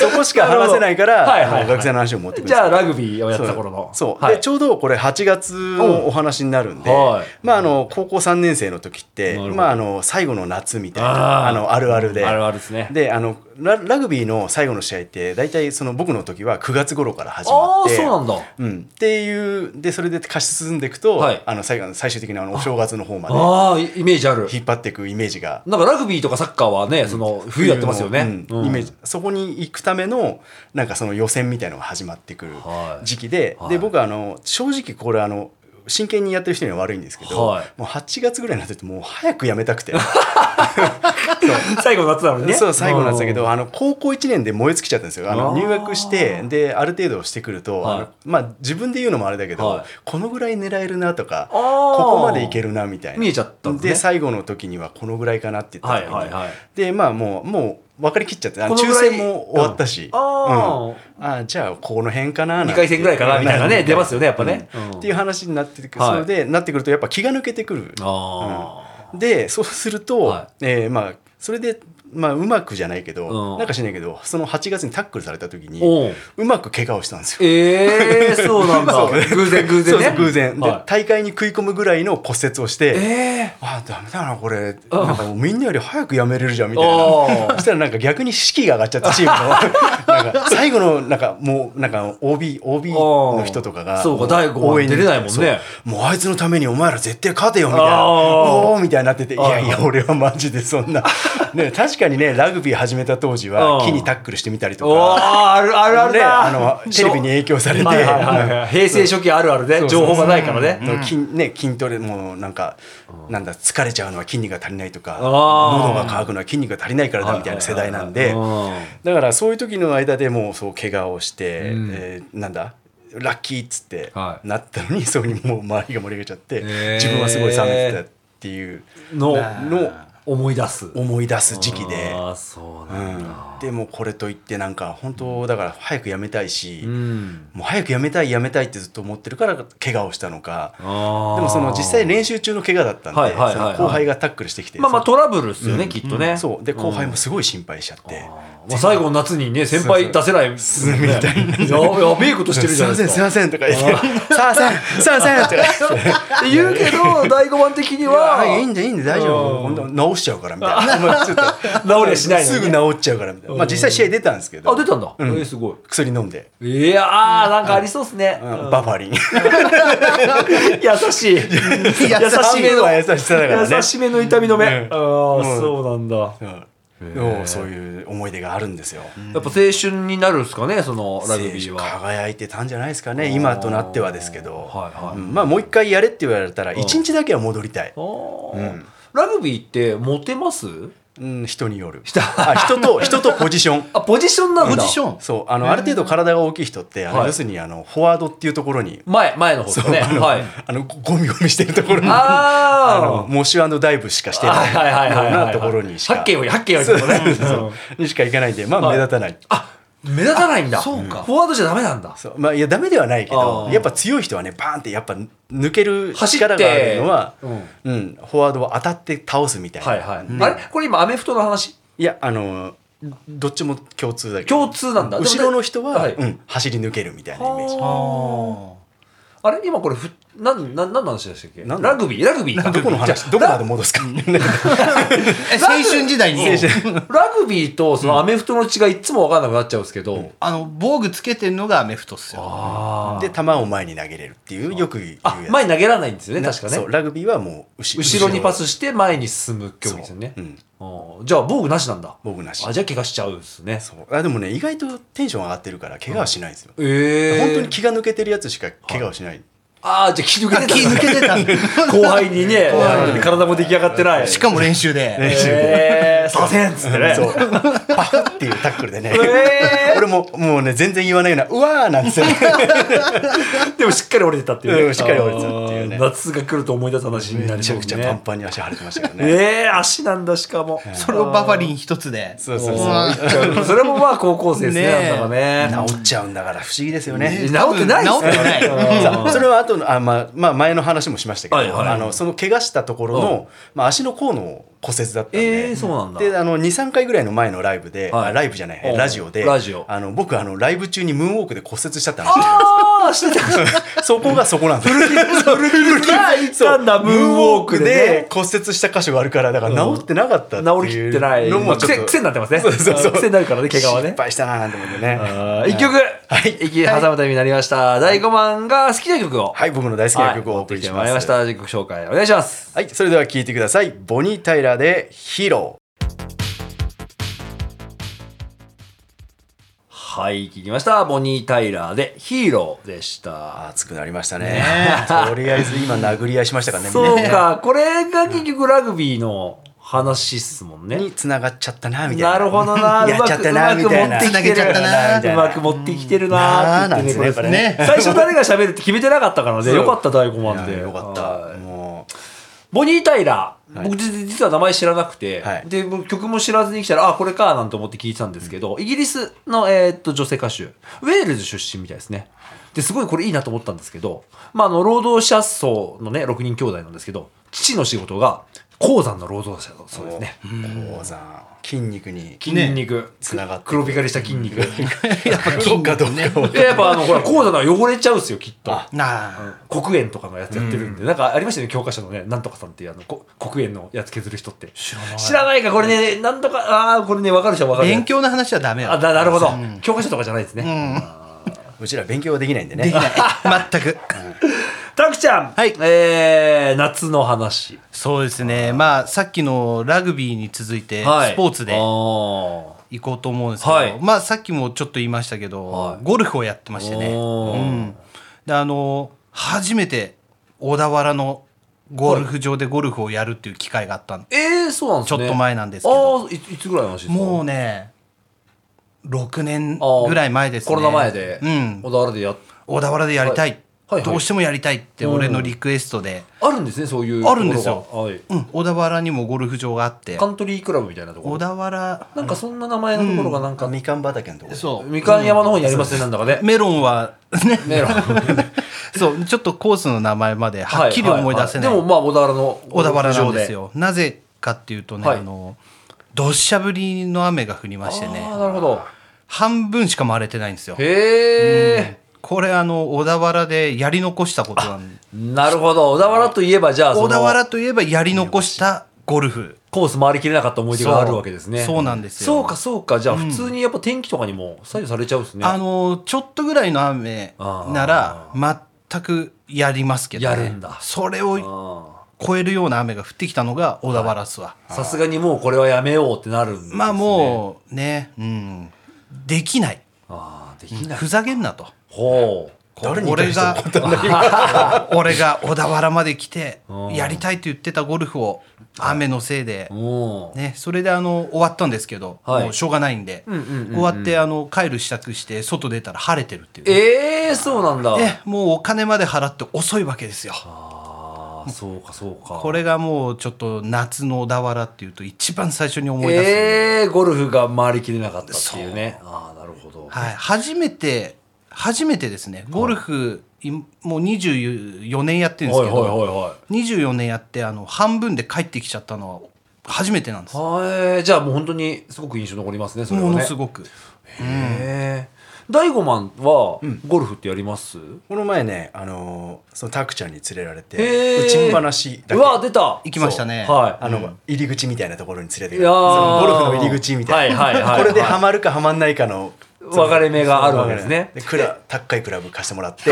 S2: そこしか話せないか
S1: なるほどはいはい
S2: ら
S1: はい
S2: あの学生の話を持ってくるん
S1: じ
S2: です
S1: ゃ
S2: け
S1: あ
S2: ど
S1: ラグビーをやってた頃の
S2: そう
S1: はい
S2: でちょうどこれ8月のお話になるんで、
S1: うんはい
S2: まあ、あの高校3年生の時っ
S1: な
S2: て
S1: るほど
S2: まあ、あの最後の夏みたい
S1: あー
S2: なあのあるあるで。
S1: あるあるですね
S2: であのララグビーの最後の試合って大体その僕の時は9月頃から始ま
S1: あ
S2: っ
S1: あ
S2: て
S1: そうなんだ
S2: うん、っていうでそれで勝ち進んでいくと、
S1: はい
S2: あの最後の最終的にあのお正月の方まで
S1: ああイメージある
S2: 引っ張っていくイメージが
S1: なんかラグビーとかサッカーはねその冬やってますよね、
S2: うんイメージそこに行くためのなんかその予選みたいのが始まってくる
S1: はい
S2: 時期で、
S1: はい
S2: で僕はあの正直これあの真剣にやってる人には悪いんですけど、
S1: はい
S2: もう8月ぐらいになってるともう早くやめた くて
S1: 最後の夏なのにね
S2: そう最後なんだけ
S1: うん
S2: どあの高校1年で燃え尽きちゃったんですよあ
S1: あ
S2: の
S1: ー
S2: 入学してである程度してくると、
S1: はい
S2: あのまあ、自分で言うのもあれだけど、
S1: はい
S2: このぐらい狙えるなとか
S1: あー
S2: ここまでいけるなみたいな
S1: 見えちゃったんですね
S2: で最後の時にはこのぐらいかなって言った時に、
S1: はいはいはい
S2: でまあもうもう分かりきっちゃってあの
S1: この
S2: 抽
S1: ぐらい
S2: 選も終わったし、
S1: うんあー
S2: うんあーじゃあこの辺かななんて
S1: 二回戦ぐらいかなみたいなね出ますよねやっぱね
S2: うん
S1: うん
S2: っていう話になってくる、
S1: はい
S2: それでなってくるとやっぱ気が抜けてくる。
S1: あ
S2: でそうすると、
S1: は
S2: えーまあそれでまあうまくじゃないけど、
S1: うん
S2: なんかしないけどその8月にタックルされた時に
S1: ーおう
S2: うまく怪我をしたんですよ。
S1: ええそうなんだ偶然偶然
S2: そう
S1: ね
S2: そう偶然で、
S1: は
S2: 大会に食い込むぐらいの骨折をして
S1: い、え
S2: ああダメだなこれなんかもうみんなより早くやめれるじゃんみたい
S1: あー
S2: なそしたらなんか逆に士気が上がっちゃ ったチームのなんか最後のなんかもうなんか OBOB の人とか
S1: あー
S2: が
S1: そうか
S2: も
S1: 第五は
S2: 応援に
S1: 出れないもんね
S2: そうもうあいつのためにお前ら絶対勝てよみたい
S1: あ
S2: な
S1: ー
S2: おーみたいになっててい
S1: あー
S2: やいや俺はマジでそんなね確かにねラグビー始めた当時
S1: あ
S2: は
S1: ー
S2: 木にタックルしてみたり
S1: ー
S2: と
S1: おー
S2: か
S1: あるあるある
S2: ね
S1: だ
S2: あのテレビに影響されて
S1: はいはいはいはい平成初期あるあるね
S2: そうそ
S1: 情
S2: う
S1: 報がないからね
S2: の筋ね、筋トレもなんか、なんだ疲れちゃうのは筋肉が足りないとか
S1: あー
S2: 喉が渇くのは筋肉が足りないからだみたいな世代なんで
S1: う
S2: だからそういう時の間でもうそう怪我をして、
S1: うん
S2: えーなんだラッキーっつって
S1: はい
S2: なったのに、そういうふうにもう周りが盛り上げちゃって、
S1: へー
S2: 自分はすごい冷めてたっていうん
S1: の
S2: の
S1: 思い出す
S2: 思い出す時期で。
S1: ああそう
S2: う
S1: なん
S2: ん
S1: だ、
S2: でもうこれといってなんか本当だから早くやめたいし、
S1: うん
S2: もう早くやめたいやめたいってずっと思ってるから怪我をしたのか
S1: でも
S2: でもその実際練習中の怪我だったんで、
S1: はいはいはいはい
S2: その後輩がタックルしてきて、
S1: まあまあトラブルですよね、
S2: うん
S1: きっとね、
S2: そうで後輩も
S1: ん
S2: すごい心配しちゃって、
S1: まあ、最後の夏にね先輩出せないみ
S2: そうみたいな
S1: ややべえことしてるじゃないです
S2: すい
S1: か
S2: ませんすいませんとか言って「すいませんすいません」とか
S1: って言うけど第5番的には
S2: はいいいんだいいんだ大丈夫
S1: う
S2: ほ
S1: ん
S2: んと直しちゃうから」みたいなまあちょっと
S1: 治りゃしないのに
S2: すぐ治っちゃうからみたいなまあ実際試合出たんですけど
S1: あ出たんだ、
S2: う
S1: えーすご
S2: 薬飲んで、
S1: いいやーなんかありそうっすね、
S2: う
S1: うんん
S2: バファリン
S1: 優しい優しめ
S2: 半分
S1: の
S2: は優しさだからね
S1: 優しめの痛みの目、
S2: うん
S1: ああ
S2: うん
S1: そうなんだ
S2: うんでもそういう思い出があるんですよ
S1: やっぱ青春になるんですかねそのラグビーは
S2: 輝いてたんじゃないですかね今となってはですけど、
S1: はいはい
S2: うんまあもう一回やれって言われたら一日だけは戻りたい、
S1: ああ、
S2: うん
S1: ラグビーってモテます
S2: うん、人によるあ人と人とポジション
S1: あポジションなんだ
S3: ポジション
S2: そうあのある程度体が大きい人ってあの
S1: はい
S2: 要するにあのフォワードっていうところに
S1: 前前の方です
S2: そう
S1: ね
S2: あの
S1: はい
S2: あのゴゴミゴミしてるところにあの
S1: あ
S2: モッシュダイブしかして
S1: あ
S2: な
S1: はいいはいはいはい
S2: よう
S1: はい
S2: なところにしか
S1: 八軒より八軒より
S2: そう
S1: とかね
S2: そうにしか行かないんでまあ
S1: はい
S2: 目立たない、
S1: あ目立たないんだ
S3: そうか
S1: フォワードじゃダメなんだ
S2: そうまあいやダメではないけ
S1: あ
S2: ど
S1: ー
S2: やっぱ強い人はねバーンってやっぱ抜ける
S1: 走って
S2: 力があるのは
S1: うん
S2: うん、フォワードを当たって倒すみたいな、
S1: はいはい、
S2: うん
S1: あれこれ今アメフトの話
S2: いやあのどっちも共通だけど
S1: 共通なんだでもね
S2: 後ろの人は、
S1: はい
S2: うん、走り抜けるみたいなイメージ
S1: はああれ今これフッなん、なん、なんの話でしたっけ
S2: なんだ
S1: ラグビーラグビーか
S2: どこの話どこまで戻すか
S3: え青春時代に
S1: ラグビーとそのアメフトの違いいつも分かんなくなっちゃうんですけど、
S3: あの防具つけてるのがアメフトっすよ
S1: あ
S2: で球を前に投げれるっていうよく言う
S1: あ
S2: やつ
S1: 前に投げられないんですよね確か
S2: そ
S1: ね
S2: うラグビーはもう後
S1: 後ろにパスして前に進む競技ですよね、
S2: うん
S1: あーじゃあ防具なしなんだ
S2: 防具なし
S1: あじゃあ怪我しちゃうんですね
S2: そうあでもね意外とテンション上がってるから怪我はしないんですよ、
S1: ええ
S2: 本当に気が抜けてるやつしか怪我をしない、
S1: ああじゃあ気抜けて
S3: 気抜けてた
S1: 後輩にね
S3: 後輩に
S1: 体も出来上がってない
S3: しかも練習で
S1: ええー、させんっつってね
S2: そうパフっていうタックルでね、
S1: え
S2: 俺ももうね全然言わないようなうわーなんですよ
S1: ー、でもしっかり折れてたっていう、ね
S2: うんしっかり折れてたっていうね
S1: あー夏が来ると思い出す話になり
S2: め
S1: ま
S2: ち
S1: す
S2: ゃ
S1: ね
S2: くちゃパンパンに足腫れてましたけどね
S1: ええー、足なんだしかも
S3: それをバファリン一つで
S2: そうそう
S1: そ
S2: そう
S1: ういっちゃうそれもまあ高校生ですね
S3: ねえ
S1: なんだかね
S2: 治っちゃうんだから不思議ですよ
S1: 治
S2: ね
S1: ってないですね
S3: 治ってない
S2: さあそれは後のあまあまあ前の話もしましたけど、
S1: はいはい
S2: あのその怪我したところの、
S1: う
S2: まあ足の甲の骨折だったんで、
S1: えーそうなんだ
S2: であの二三回ぐらいの前のライブで、
S1: はい
S2: あライブじゃな
S1: う
S2: い
S1: ん
S2: ラジオで、
S1: ラジオ
S2: あの僕あのライブ中にムーンウォークで骨折したって話
S1: ああしてた
S2: そこがそこなんです。古
S1: 着が行ったんだムーンウォークでね
S2: 骨折した箇所があるからだから治ってなかったっていう
S1: 治りきってない
S2: のもちょっ
S1: 癖
S2: と
S1: 癖になってますね
S2: そうそうそう
S1: 癖になるからね怪我はね
S2: 失敗したななんて思ってね。
S1: あー一曲、はい、息挟むためになりました。第5番が好きな曲を。
S2: はい僕の大好きな曲をお
S1: 持って
S2: 送り
S1: きて
S2: し
S1: も
S2: ま
S1: ら
S2: す。
S1: いました。曲紹介お願いします。
S2: はいそれでは聞いてください。ボニー・タイラーでヒーロー。
S1: はい、聞きました。ボニー・タイラーでヒーローでした。
S2: 熱くなりましたね。 とりあえず今殴り合いしましたからね。
S1: そう
S2: みんなね
S1: か、これが結局ラグビーの話っすもんね。
S2: に繋がっちゃったなみたいな。
S1: なるほどな。う
S2: やっ
S1: ま
S2: ちゃ
S1: く
S2: っ
S1: う
S2: た
S1: ま
S2: な
S1: く
S2: み
S1: 持
S2: たい
S1: っ
S2: な。
S1: てきて
S3: つなげちゃったな
S1: る。うまく持ってきてるな
S2: なー
S1: ー
S2: な
S1: っ
S2: ん
S1: て
S2: で
S1: いう
S2: す
S1: こ
S2: ね
S1: れ
S2: やっ
S3: ね
S1: 最初誰が喋るって決めてなかったからね。
S2: そう
S1: よかった、第5
S2: い
S1: 番
S2: や
S1: で。
S2: よか
S1: は
S2: った。
S1: い
S2: も
S1: ボニー・タイラー、
S2: はい
S1: 僕じ実は名前知らなくて、
S2: はい
S1: でもう曲も知らずに来たらあこれかなんて思って聞いてたんですけど、イギリスの、えーっと女性歌手ウェールズ出身みたいですねですごいこれいいなと思ったんですけど、まあ、あの労働者層のね6人兄弟なんですけど父の仕事が鉱山の労働者だそうですね
S2: う鉱山筋肉に
S1: 筋肉、
S2: つながって
S1: 黒光りした筋 肉
S2: やっぱ筋肉かどうかを
S1: でやっぱあのほら鉱山が汚れちゃうんですよきっと
S2: あ
S3: なあ
S1: 黒煙とかのやつやってるんで、なんかありましたよね教科書のねなんとかさんっていうあのこ黒煙のやつ削る人って知らないかこれねなんとかああーこれね分かる人は分かる
S3: 勉強の話はダメよ
S1: あななるほど、教科書とかじゃないですね、
S2: うちら勉強はできないんで ね。
S3: 全く
S1: たくちゃん、
S3: はい
S1: えー、夏の話
S3: そうですねまあさっきのラグビーに続いて
S1: はい
S3: スポーツで
S1: あー
S3: 行こうと思うんですけど、
S1: はい
S3: まあさっきもちょっと言いましたけど、
S1: はい
S3: ゴルフをやってましてね、
S1: おー
S3: うん、であの初めて小田原のゴルフ場でゴルフをやるっていう機会があったんで、
S1: えー、そうなんですね
S3: ちょっと前なんですけど
S1: ああいいつぐらいの話ですか
S3: もう
S1: う
S3: ね6年ぐらい前ですね
S1: コロナ前で、
S3: うん
S1: 小田原でやっ
S3: 小田原でやりた
S1: はい
S3: い、
S1: はいはい
S3: どうしてもやりたいって俺のリクエストで、
S1: あるんですねそういう
S3: あるんですよ
S1: ところがはい、
S3: うん小田原にもゴルフ場があって
S1: カントリークラブみたいなとこ
S3: 小
S1: ろ
S3: 田原
S1: なんかそんな名前のところがなんか、
S2: みかん畑のところ。
S3: そう
S1: みかん山の方にありますね、なんだかね。
S3: メロンはね
S1: メロン。
S3: そうちょっとコースの名前まではっきり思い出せない、
S1: はははでもまあ、小田原の
S3: 小田原なんです。よなぜかっていうとね、
S1: はい
S3: あのどっしゃ降りの雨が降りましてね
S1: ああ、なるほど。
S3: 半分しか回れてないんですよ
S1: へえ、
S3: これあの小田原でやり残したことなんで
S1: なるほど。小田原といえば、じゃあ、その
S3: 小田原といえばやり残したゴルフ
S1: コース回りきれなかった思い出があるわけですね。
S3: そうそうなんですよ
S1: そうか、そうか。じゃあ、普通にやっぱ天気とかにも左右されちゃうんですね。
S3: あのちょっとぐらいの雨なら全くやりますけど、ね、
S1: やるんだ
S3: それを
S1: あ
S3: 超えるような雨が降ってきたのが小田原っすわ、
S1: ーさすがにもうこれはやめようってなるんです、ね。
S3: まあ
S1: う。
S3: もうねうんできない
S1: ああ、できない。
S3: ふざけんなと。
S1: ほう。
S2: 誰に
S3: 俺が俺が小田原まで来て
S1: うん
S3: やりたいと言ってたゴルフを雨のせいで、
S1: もう。
S3: ね、それであの終わったんですけど、
S1: はい
S3: もうしょうがないんで、
S1: んうんうんうん
S3: 終わってあの帰る支度して外出たら晴れてるっていうね、
S1: ええそうなんだ。
S3: えもうお金まで払って遅いわけですよ
S1: ああ、そうか、そうか。
S3: これがもうちょっと夏の小田原っていうと一番最初に思い出すんで、
S1: ええゴルフが回りきれなかったっていうね。ああ、なるほど。
S3: はい、初めて初めてですねゴルフ、いもう24年やってるんです
S1: はい
S3: け
S1: はい
S3: ど、
S1: は
S3: 24年やってあの半分で帰ってきちゃったのは初めてなんです、
S1: いはい。はい、じゃあもう本当にすごく印象残りますね、それは
S3: も
S1: ね。
S3: のすごく
S1: へえ。大悟マンは
S2: うん
S1: ゴルフってやります、
S2: この前ねあのーそのタクちゃんに連れられ
S1: へー
S2: て打ちっぱなしだ
S1: う
S2: け
S1: わ出た
S3: 行きましたね
S1: はい
S2: あの、入り口みたいなところに連れ
S1: い
S2: て
S1: やー
S2: そのゴルフの入り口みたいな、
S1: はいはいはいはい
S2: これでハマるかハマんないかの
S1: 分かれ目があるわけですね
S2: でクラ高いクラブ貸してもらって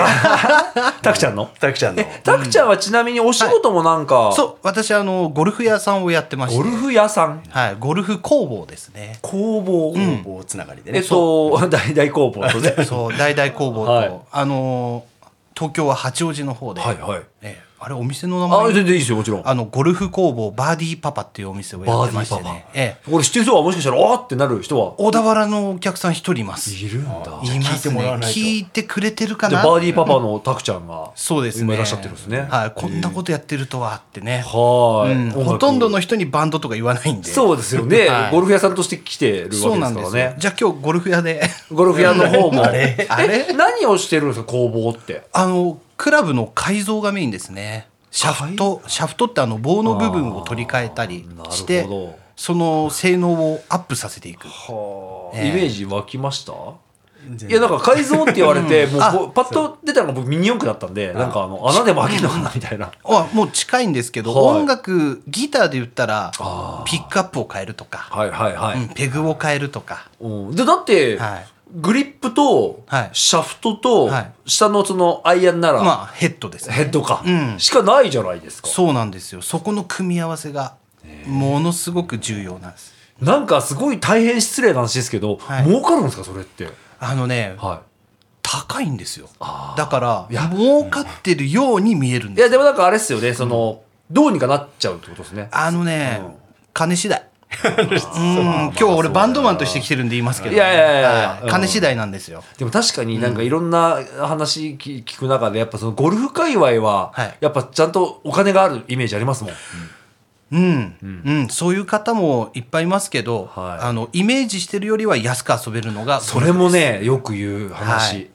S1: タクちゃんの
S2: タクちゃんの
S1: えタクちゃんはちなみにお仕事もなんか、
S3: そう私あのゴルフ屋さんをやってまして
S1: ゴルフ屋さん
S3: はい、ゴルフ工房ですね
S1: 工房、
S2: 工房つながりで
S1: え
S2: ね、
S1: っと大 大工房とね
S3: そう大々工房と、
S1: はい
S3: あのー東京は八王子の方で、
S1: はいはい
S3: ええあれお店の名
S1: あ
S3: 前
S1: 全然いいですよもちろん
S3: あのゴルフ工房バーディーパパっていうお店をや
S1: バー
S3: って
S1: ディ
S3: ま
S1: ー
S3: して
S1: パパ、
S3: ね、ええ
S1: これ知ってる人はもしかしたらあーってなる人は
S3: 小田原のお客さん一人います
S1: いるんだ
S3: いますね
S2: じゃあ聞いてもらわないと
S3: 聞いてくれてるか
S1: で
S3: な
S1: バーディーパパのタクちゃんが
S3: そうです
S1: 今
S3: ね
S1: いらっしゃってるんですねは
S3: はい、こんなことやってるとはってね、
S1: ーい、
S3: うん
S1: 音楽
S3: ほとんどの人にバンドとか言わないんで
S1: そうですよね、
S3: はい
S1: ゴルフ屋さんとして来てるわけです
S3: そう
S1: か
S3: なんで
S1: ら
S3: すよ
S1: ね
S3: じゃあ今日ゴルフ屋で
S1: ゴルフ屋の方もえ
S3: あれ
S1: 何をしてるんですか工房って
S3: あのクラブの改造がメインですねシャフトシャフトってあの棒の部分を取り替えたり
S1: あーな
S3: して
S1: るほど
S3: その性能をアップさせていく
S1: はあ、
S3: ええ
S1: イメージ湧きました
S2: 全然
S1: いやなんか改造って言われて、もう
S3: あ
S1: こうパッと出たのが僕ミニ四駆だったんでなんかあの穴でも開けんのかなみたいな
S3: あもう近いんですけど、
S1: はい
S3: 音楽ギターで言ったら
S1: あー
S3: ピックアップを変えるとか、
S1: はいはいはい、
S3: うん、ペグを変えるとか、
S1: うん、でだって、
S3: はい
S1: グリップと
S3: はい
S1: シャフトと
S3: はい
S1: 下のそのアイアンなら、
S3: まあヘッドですね
S1: ヘッドか、
S3: うん
S1: しかないじゃないですか
S3: そうなんですよそこの組み合わせがものすごく重要なんです
S1: なんかすごい大変失礼な話ですけど、
S3: はい
S1: 儲かるんですかそれって
S3: あのね
S1: は
S3: 高いんですよ
S1: あー
S3: だか
S1: い
S3: ら
S1: や
S3: 儲かってるように見えるん
S1: いい
S3: です
S1: やでもなんかあれですよねその、どうにかなっちゃうってことですね
S3: あのね、
S1: うん
S3: 金 次第うん今日俺バンドマンとして来てるんで言いますけど、
S1: いやいやいやいや
S3: はい金次第なんですよ、
S1: でも確かになんかいろんな話き聞く中でやっぱそのゴルフ界隈は
S3: はい
S1: やっぱちゃんとお金があるイメージありますもん、
S3: うんうんそういう方もいっぱいいますけど、
S1: はい
S3: あのイメージしてるよりは安く遊べるのが
S1: それもねよく言う話、
S3: はい、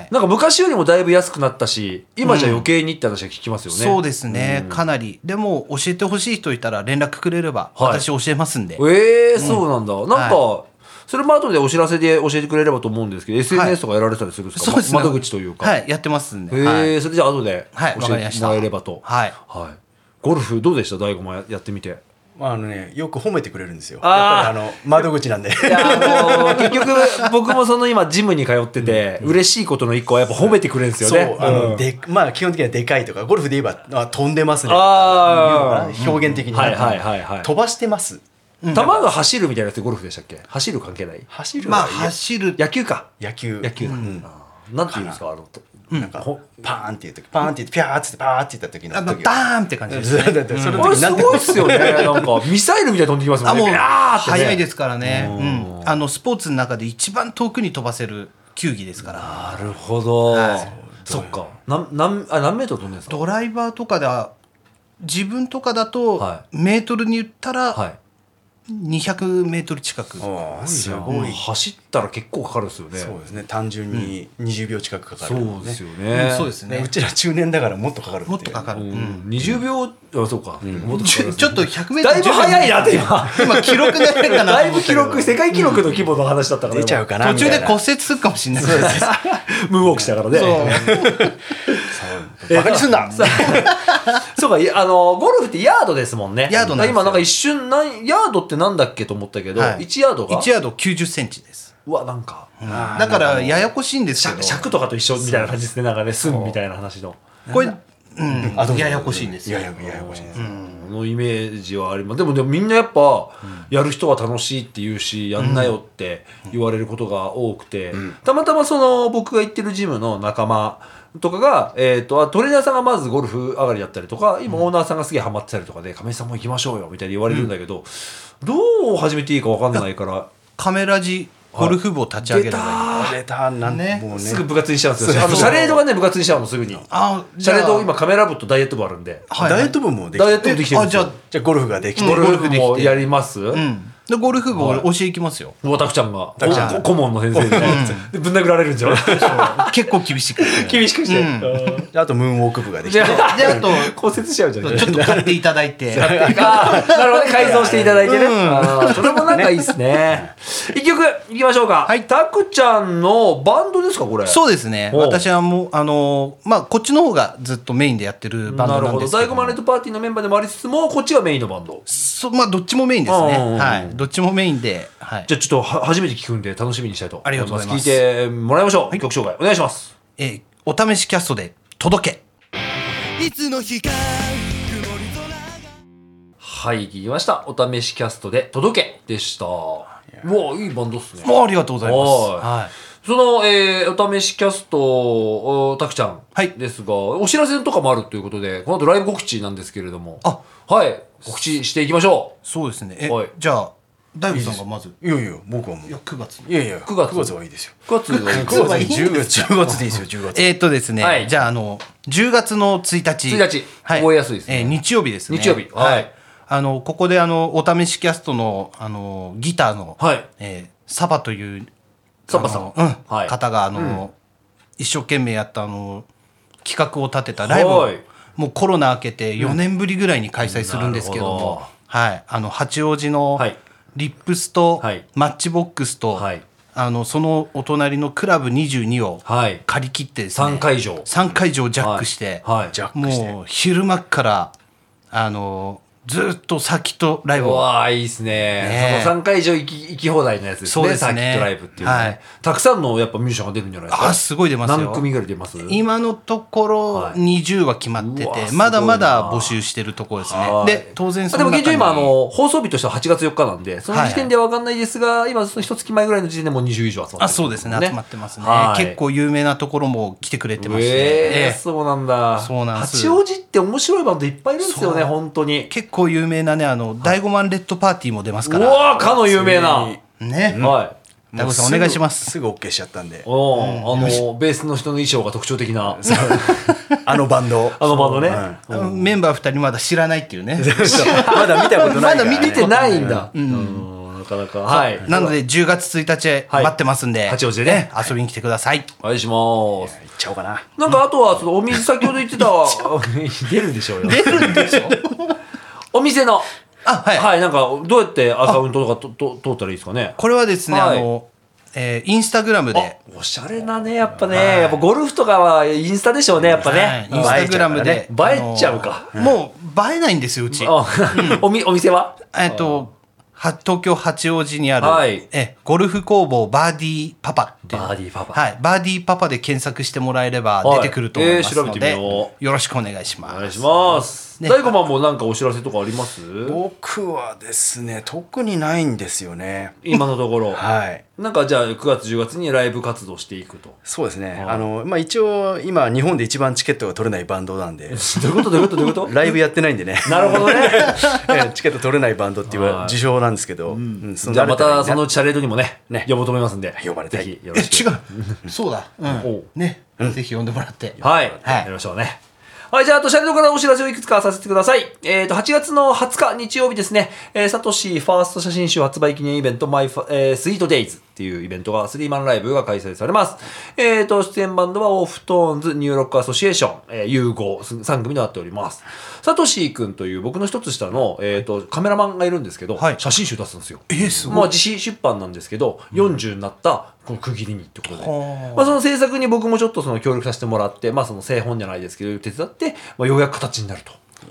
S3: はい
S1: なんか昔よりもだいぶ安くなったし今じゃ余計にって話は聞きますよね、
S3: そうですね、かなりでも教えてほしい人いたら連絡くれれば
S1: はい
S3: 私教えますんで、
S1: ええそうなんだ、なんか、
S3: は
S1: それも後でお知らせで教えてくれればと思うんですけど、SNS とかやられたりするんですか、
S3: そうですね
S1: ま窓口というか、
S3: はいやってますんで、
S1: え
S3: はい
S1: えそれじゃあ後で
S3: はいわ
S1: 教
S3: かり
S1: え
S3: ま
S1: て
S3: し
S1: も
S3: た
S1: らえればと
S3: はい
S1: はいゴルフどうでした大悟もやってみて
S2: まああのね、よく褒めてくれるんですよ
S1: あー
S2: やっぱりあの窓口なん で
S1: いやあのー結局僕もその今ジムに通ってて、嬉しいことの一個はやっぱ褒めてくれるんですよ
S2: そう
S1: ね
S2: あの、
S1: うん
S2: でまあ基本的にはでかいとかゴルフで言えばあ飛んでますね
S1: あー
S2: いうのかな表現的に、
S1: はいはいはいはい
S2: 飛ばしてます
S1: 球が走るみたいなやつゴルフでしたっけ走る関係ない
S2: 走る
S3: まあ
S2: は、いや
S3: 走る
S1: 野球か
S2: 野球
S1: 野球だ、
S2: うん
S1: あーなんて言うんですかあの
S2: なんかパーンっていう時パーンって言ってピャーって言ってパーって言った時の
S3: あの
S2: 時
S3: バーンって感じですね
S2: そうだってその
S1: あれ
S2: 時
S1: す
S2: なんて
S1: ごいっすよね。なんか、ミサイルみたいに飛んできますも
S3: あ
S1: んね。
S3: もう
S1: あーってね
S3: 早いですからね、うん、あのスポーツの中で一番遠くに飛ばせる球技ですから
S1: なるほど。そっか。なん、なん、あ、何メートル飛んでるんですか
S3: ドライバーとかでは自分とかだと、
S1: は
S3: メートルに言った
S1: は
S3: ら
S1: い。
S3: 200メートル近く、
S2: あーす
S1: うん
S2: ごい
S1: 走ったら結構かかるんですよね。
S2: そうですね単純に20秒近くかかる、
S1: そうですよ
S3: う
S1: ね
S3: ん。そうです
S2: ね
S3: ね
S2: うちら中年だからもっとかかるていう
S3: もっとかか
S1: う
S3: る、
S1: ん。
S3: うん
S1: 20秒、あ、そうか。もっとかか
S3: ち
S1: る
S3: ょ
S1: んですね
S3: ちょっと100メートル
S1: だいぶ早いなって今。
S3: 今記録出てるかな
S1: だ
S3: と
S1: い
S3: 思
S1: ぶ
S3: った
S1: 記
S3: けど
S1: 録、世界記録の規模の話だったから。
S2: 出ちゃうかな
S3: 途
S2: み
S3: 中
S2: た
S3: で
S2: いな
S3: 骨折するかもしれないです ね
S1: 今ムーンウォークしたからね。
S2: バカにすんな
S1: さ そうかいあのゴルフってヤードですもんね
S3: ヤードなんですよ
S1: 今なんか一瞬なんヤードってなんだっけと思ったけど、
S3: はい
S1: 1ヤードが
S3: 1ヤード90センチです
S1: うわなんか
S2: あー
S3: だからややこしいんですけ
S1: 尺
S3: ど
S1: 尺とかと一緒みたいな感じですねなんかね寸みたいな話の。
S3: これ、うん
S2: あどうぞ
S3: ややこしいんですよ
S2: ややややこしいです、
S1: のイメージはありますでもでもみんなやっぱやる人は楽しいって言うしやんなよって言われることが多くて、たまたまその僕が行ってるジムの仲間とかが、えー、とあトレーナーさんがまずゴルフ上がりだったりとか今オーナーさんがすげえハマってたりとかで亀井さんも行きましょうよみたいに言われるんだけど、どう始めていいか分かんないから
S3: カメラ時ゴルフ部を立ち上げ
S1: 出
S3: れば
S1: た
S3: いい
S2: 出たなん
S3: ね
S2: もうね
S1: すぐ部活にしちゃうんですよあのシャレードがね部活にしちゃうのすぐに
S3: あ
S1: シャレード今カメラ部とダイエット部あるんで
S3: はい
S2: ダイエット部もでき
S1: ダイエッ
S2: て
S1: ト部できてるんですよ
S3: あじゃあ
S2: じゃあゴルフができて
S1: ゴ
S2: る
S1: ルフもやります、
S3: んでゴルフ部俺教え行きますよ、
S1: もうたくちゃんが
S2: 拓ちゃん
S1: こ顧問の先生でねでぶん殴られるんじゃない
S3: 結構厳 しくて
S1: 厳しくして、
S3: うん
S1: うん
S2: であとムーンウォーク部ができ
S1: じゃ
S2: て
S1: あ
S3: であ と
S1: 骨折し ちゃうじゃん
S3: ちょっと買っていただい て
S1: あーなるほどね改造していただいてね、
S3: うん
S1: あーそれもなんかいいっすね一曲いきましょうか
S3: はい
S1: たくちゃんのバンドですかこれ
S3: そうですね
S1: おう
S3: 私はもうあのーまあこっちの方がずっとメインでやってるバン
S1: な
S3: ド
S1: る
S3: なん
S1: ほ
S3: で
S1: ど
S3: すけ
S1: 大
S3: ど
S1: 工マネットパーティーのメンバーでもありつつもこっちがメインのバンド
S3: そまあどっちもメインですね
S1: うんうんうん
S3: はいどっちもメインではい
S1: じゃあちょっとは初めて聞くんで楽しみにしたいと思います
S3: ありがとうございます
S1: 聞いてもらいましょう、曲紹介お願いします
S3: えーお試しキャストで届け
S4: いつの日か曇り空が
S1: はい聞きましたお試しキャストで「届け」でしたうわいいバンドっすね
S3: もうありがとうございます
S1: おい
S3: は
S1: その、えー、お試しキャストおたくちゃん
S3: はい
S1: ですが、お知らせとかもあるということでこの後ライブ告知なんですけれども
S3: あ
S1: はい告知していきましょ
S3: いそうですねえ
S1: はい
S3: じゃあ大悟さんがまず
S2: いやいや僕はもう
S3: いや9月
S2: いやいや
S1: 九月
S2: 九月はいいですよ
S1: う9月
S2: 9
S1: 1
S2: 月はいい10月10月でいいですよ10月
S3: えーっとですね、
S1: はい
S3: じゃああの10月の1日
S1: 1日覚えやすいですね
S3: えー日曜日ですね
S1: 日曜日はい
S3: あのここであのお試しキャストのあのギターの、
S1: はい
S3: えーサバという
S1: サバさん
S3: あのうん
S1: はい
S3: 方があの、一生懸命やったあの企画を立てたライブを
S1: はい
S3: もうコロナ明けて4年ぶりぐらいに開催するんですけど
S1: なるほ
S3: も、
S1: ど
S3: はい、あの八王子の
S1: はい
S3: リップスと、
S1: はい
S3: マッチボックスと、
S1: はい
S3: あのそのお隣のクラブ22を
S1: はい
S3: 借り切ってですね
S1: 3会場
S3: 3会場ジャックして、
S1: はいはい
S2: ジャックして
S3: もう昼間からあのずっと先とライブ
S1: う
S3: を
S1: わーいいっすね
S3: ねえ
S1: その3会場行き行き放題のやつですね
S3: そうで
S1: サ
S3: すね
S1: ーキットライブっていうの
S3: はい
S1: たくさんのやっぱミュージシャンが出るんじゃないですか
S3: あすごい出ますよ
S1: 何組ぐらい出ます
S3: 今のところ
S1: はい
S3: 20は決まってて、
S1: うわすごいな
S3: まだまだ募集してるところですね
S1: はい
S3: で当然そ
S1: で
S3: の
S1: も
S3: 中
S1: 現状
S3: に
S1: 今あの放送日としては8月4日なんでその時点では分かんないですが、今その一月前ぐらいの時点でもう20以上集まってる
S3: あそうですね集まってますね、
S1: はい
S3: 結構有名なところも来てくれてますね、
S1: え
S3: え
S1: えそうなんだ
S3: そうなんです
S1: 八王子って面白いバンドいっぱいいるんですよね
S3: そう
S1: 本当に
S3: え結構有名なねあの「第5マンレッドパーティー」も出ます
S1: う
S3: から
S1: わーかの有名な、
S3: ね、
S1: はい
S3: ダブさん
S2: もうぐ
S3: お願いします
S2: すぐ OK しちゃったんで
S1: おーあのベースの人の衣装が特徴的な
S2: あのバンド
S1: あのバンドね、
S2: うん
S3: あのメンバー2人まだ知らないっ ていうね
S2: そう まだ見たことない
S1: まだ
S2: からね
S1: 見てないんだ、うんなかなかはい
S3: なので10月1日へ
S1: はい
S3: 待ってますんで、
S1: 八王子でね
S3: 遊びに来てください
S1: お願いします
S2: 行っちゃおうかな
S1: なんかあとはそのお水先ほど言ってた 出るんでしょうよ
S3: 出るんでしょ
S1: お店の
S3: あはい、
S1: はい、なんか、どうやってアカウントとかとと通ったらいいですかね。
S3: これはですね、
S1: はい
S3: あの、えーインスタグラムで
S1: あおしゃれなね、やっぱね、やっぱゴルフとかはインスタでしょうね、やっぱ
S3: はい
S1: ね。
S3: インスタグラム
S1: 映え
S3: で
S1: ちゃうからね映えちゃうか
S3: あのもう映えないんですようち
S1: あおみお店は
S3: えっとは東京八王子にある、
S1: はい
S3: えゴルフ工房バーディーパパっていう
S1: バーディーパパ
S3: はい、バーディーパパで検索してもらえれば
S1: はい
S3: 出てくると思いますの
S1: えー
S3: で、
S1: 調べてみよ
S3: よろしくお願いします
S1: お願いします。
S3: ね
S1: 大悟マンもなんかお知らせとかあります
S2: 僕はですね特にないんですよね
S1: 今のところ。
S2: はい
S1: なんかじゃあ、9月、10月にライブ活動していくと。
S2: そうですね
S1: い
S2: あの、まあ、一応今日本で一番チケットが取れないバンドなんで
S1: どういうことどういうことどういうこと
S2: ライブやってないんでね
S1: なるほどね。
S2: えチケット取れないバンドってい
S1: はいう
S2: 自称なんですけど、うん そん
S1: じゃ
S2: な
S1: あまたそのうちチャレードにもね、
S2: ね
S1: 呼ぼうと思いますんで。
S2: 呼ばれたい
S1: ぜひよ
S3: え
S1: ろしく。
S3: 違うそうだ、うん
S1: おう
S3: ね、ぜひ呼んでもらって
S1: はい。
S3: はい
S1: やりましょうね。はい、じゃあ、あと、シャレドからお知らせをいくつかさせてください。えっ、と、8月の20日、日曜日ですね、えー、サトシファースト写真集発売記念イベント、マイファ、えー、スイートデイズっていうイベントが、スリーマンライブが開催されます。えっ、と、出演バンドは、オフトーンズ、ニューロックアソシエーション、えー、融合、3組となっております。サトシくんという、僕の一つ下の、えっ、と、カメラマンがいるんですけど、
S3: はい
S1: 写真集出すんですよ。
S3: えーすごい
S1: まあ、自費出版なんですけど、40になった、この区切りにってことで。
S3: はあ
S1: まあ、その制作に僕もちょっとその協力させてもらって、まあ、その製本じゃないですけど手伝って、まあ、ようやく形になると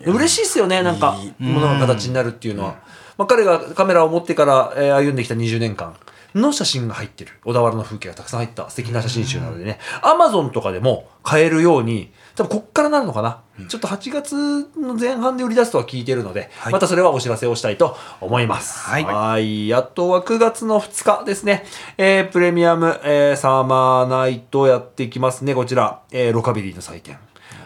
S1: 嬉しいですよねなんかものが形になるっていうのは、まあ、彼がカメラを持ってから、えー歩んできた20年間の写真が入ってる小田原の風景がたくさん入った素敵な写真集なのでね Amazon とかでも買えるように多分こっからなるのかな、ちょっと8月の前半で売り出すとは聞いてるので、
S3: い
S1: またそれはお知らせをしたいと思います
S3: はい
S1: はいあとは9月の2日ですね、えープレミアム、えーサマーナイトやってきますね、こちら、えーロカビリーの祭典。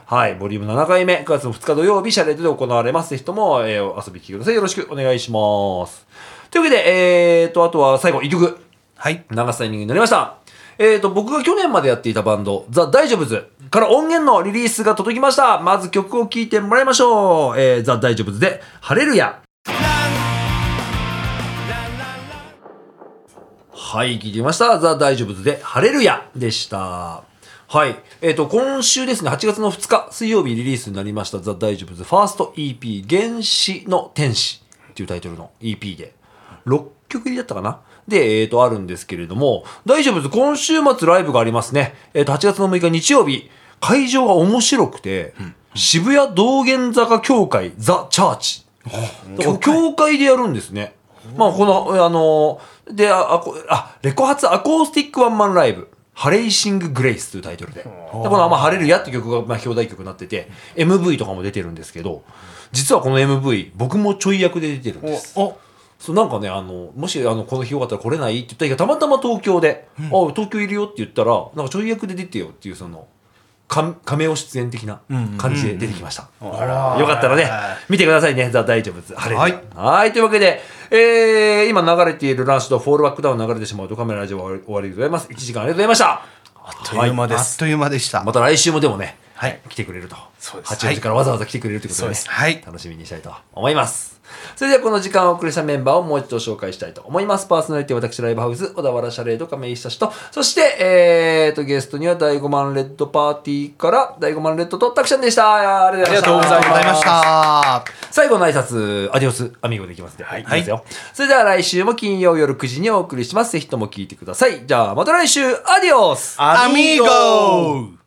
S1: はい、ボリューム7回目、9月の2日土曜日、シャレードで行われます。ぜひとも、えー遊びに来てください。よろしくお願いします。というわけで、えーと、あとは最後、一曲。
S3: はい
S1: 流すタイミングになりました。えー、と、僕が去年までやっていたバンド、ザ・大丈夫ズから音源のリリースが届きました。まず曲を聴いてもらいましょう。えー、ザ・大丈夫ズで、ハレルヤ。
S4: ララ
S1: はい、聞いてみました。ザ・大丈夫ズで、ハレルヤでした。はい。えっ、と、今週ですね、8月の2日、水曜日リリースになりました、ザ・大丈夫ズ、ファースト EP、原始の天使っていうタイトルの EP で、6曲入りだったかなで、えっ、と、あるんですけれども、大丈夫ズ、今週末ライブがありますね。えっ、と、8月の6日日曜日、会場が面白くて、渋谷道玄坂教会、ザ・チャーチ。だから教会でやるんですね。まあ、この、あの、で、あ、あこあレコ発アコースティックワンマンライブ、ハレイシング・グレイスというタイトルで、でこの、まあ、ハレルヤって曲が、まあ、表題曲になってて、MV とかも出てるんですけど、実はこの MV、僕もちょい役で出てるんです。
S3: お
S1: そうなんかねあのもしあのこの日よかったら来れないって言ったらたまたま東京で「あ東京いるよ」って言ったらなんかちょい役で出てよっていうそのか亀を出演的な感じで出てきました、よかったらね見てくださいね「ザ・大丈夫です」晴れる
S3: はい
S1: はいというわけで、えー今流れているランシュとフォールバックダウン流れてしまうとカメララジオは終わりでございます1時間ありがとうございました
S2: あっという間で
S3: あっ
S2: す。
S3: という間でした
S1: また来週もでもね、
S3: はい
S1: 来てくれると。
S2: そうです
S1: 8時からわざわざ来てくれるということで,、ね
S2: そうです
S3: はい
S1: 楽しみにしたいと思います。それではこの時間をお送りしたメンバーをもう一度紹介したいと思います。パーソナリティは私、ライブハウス、小田原シャレード、亀井久志と、そして、えーと、ゲストには第5万レッドパーティーから、第5万レッドとタクシャンでした。ありがとうございました。
S3: ありがとうございました
S1: 最後の挨拶、アディオス、アミーゴでいきますね。はい。ですよ。それでは来週も金曜夜9時にお送りします。ぜひとも聞いてください。じゃあ、また来週、アディオス
S3: アミーゴ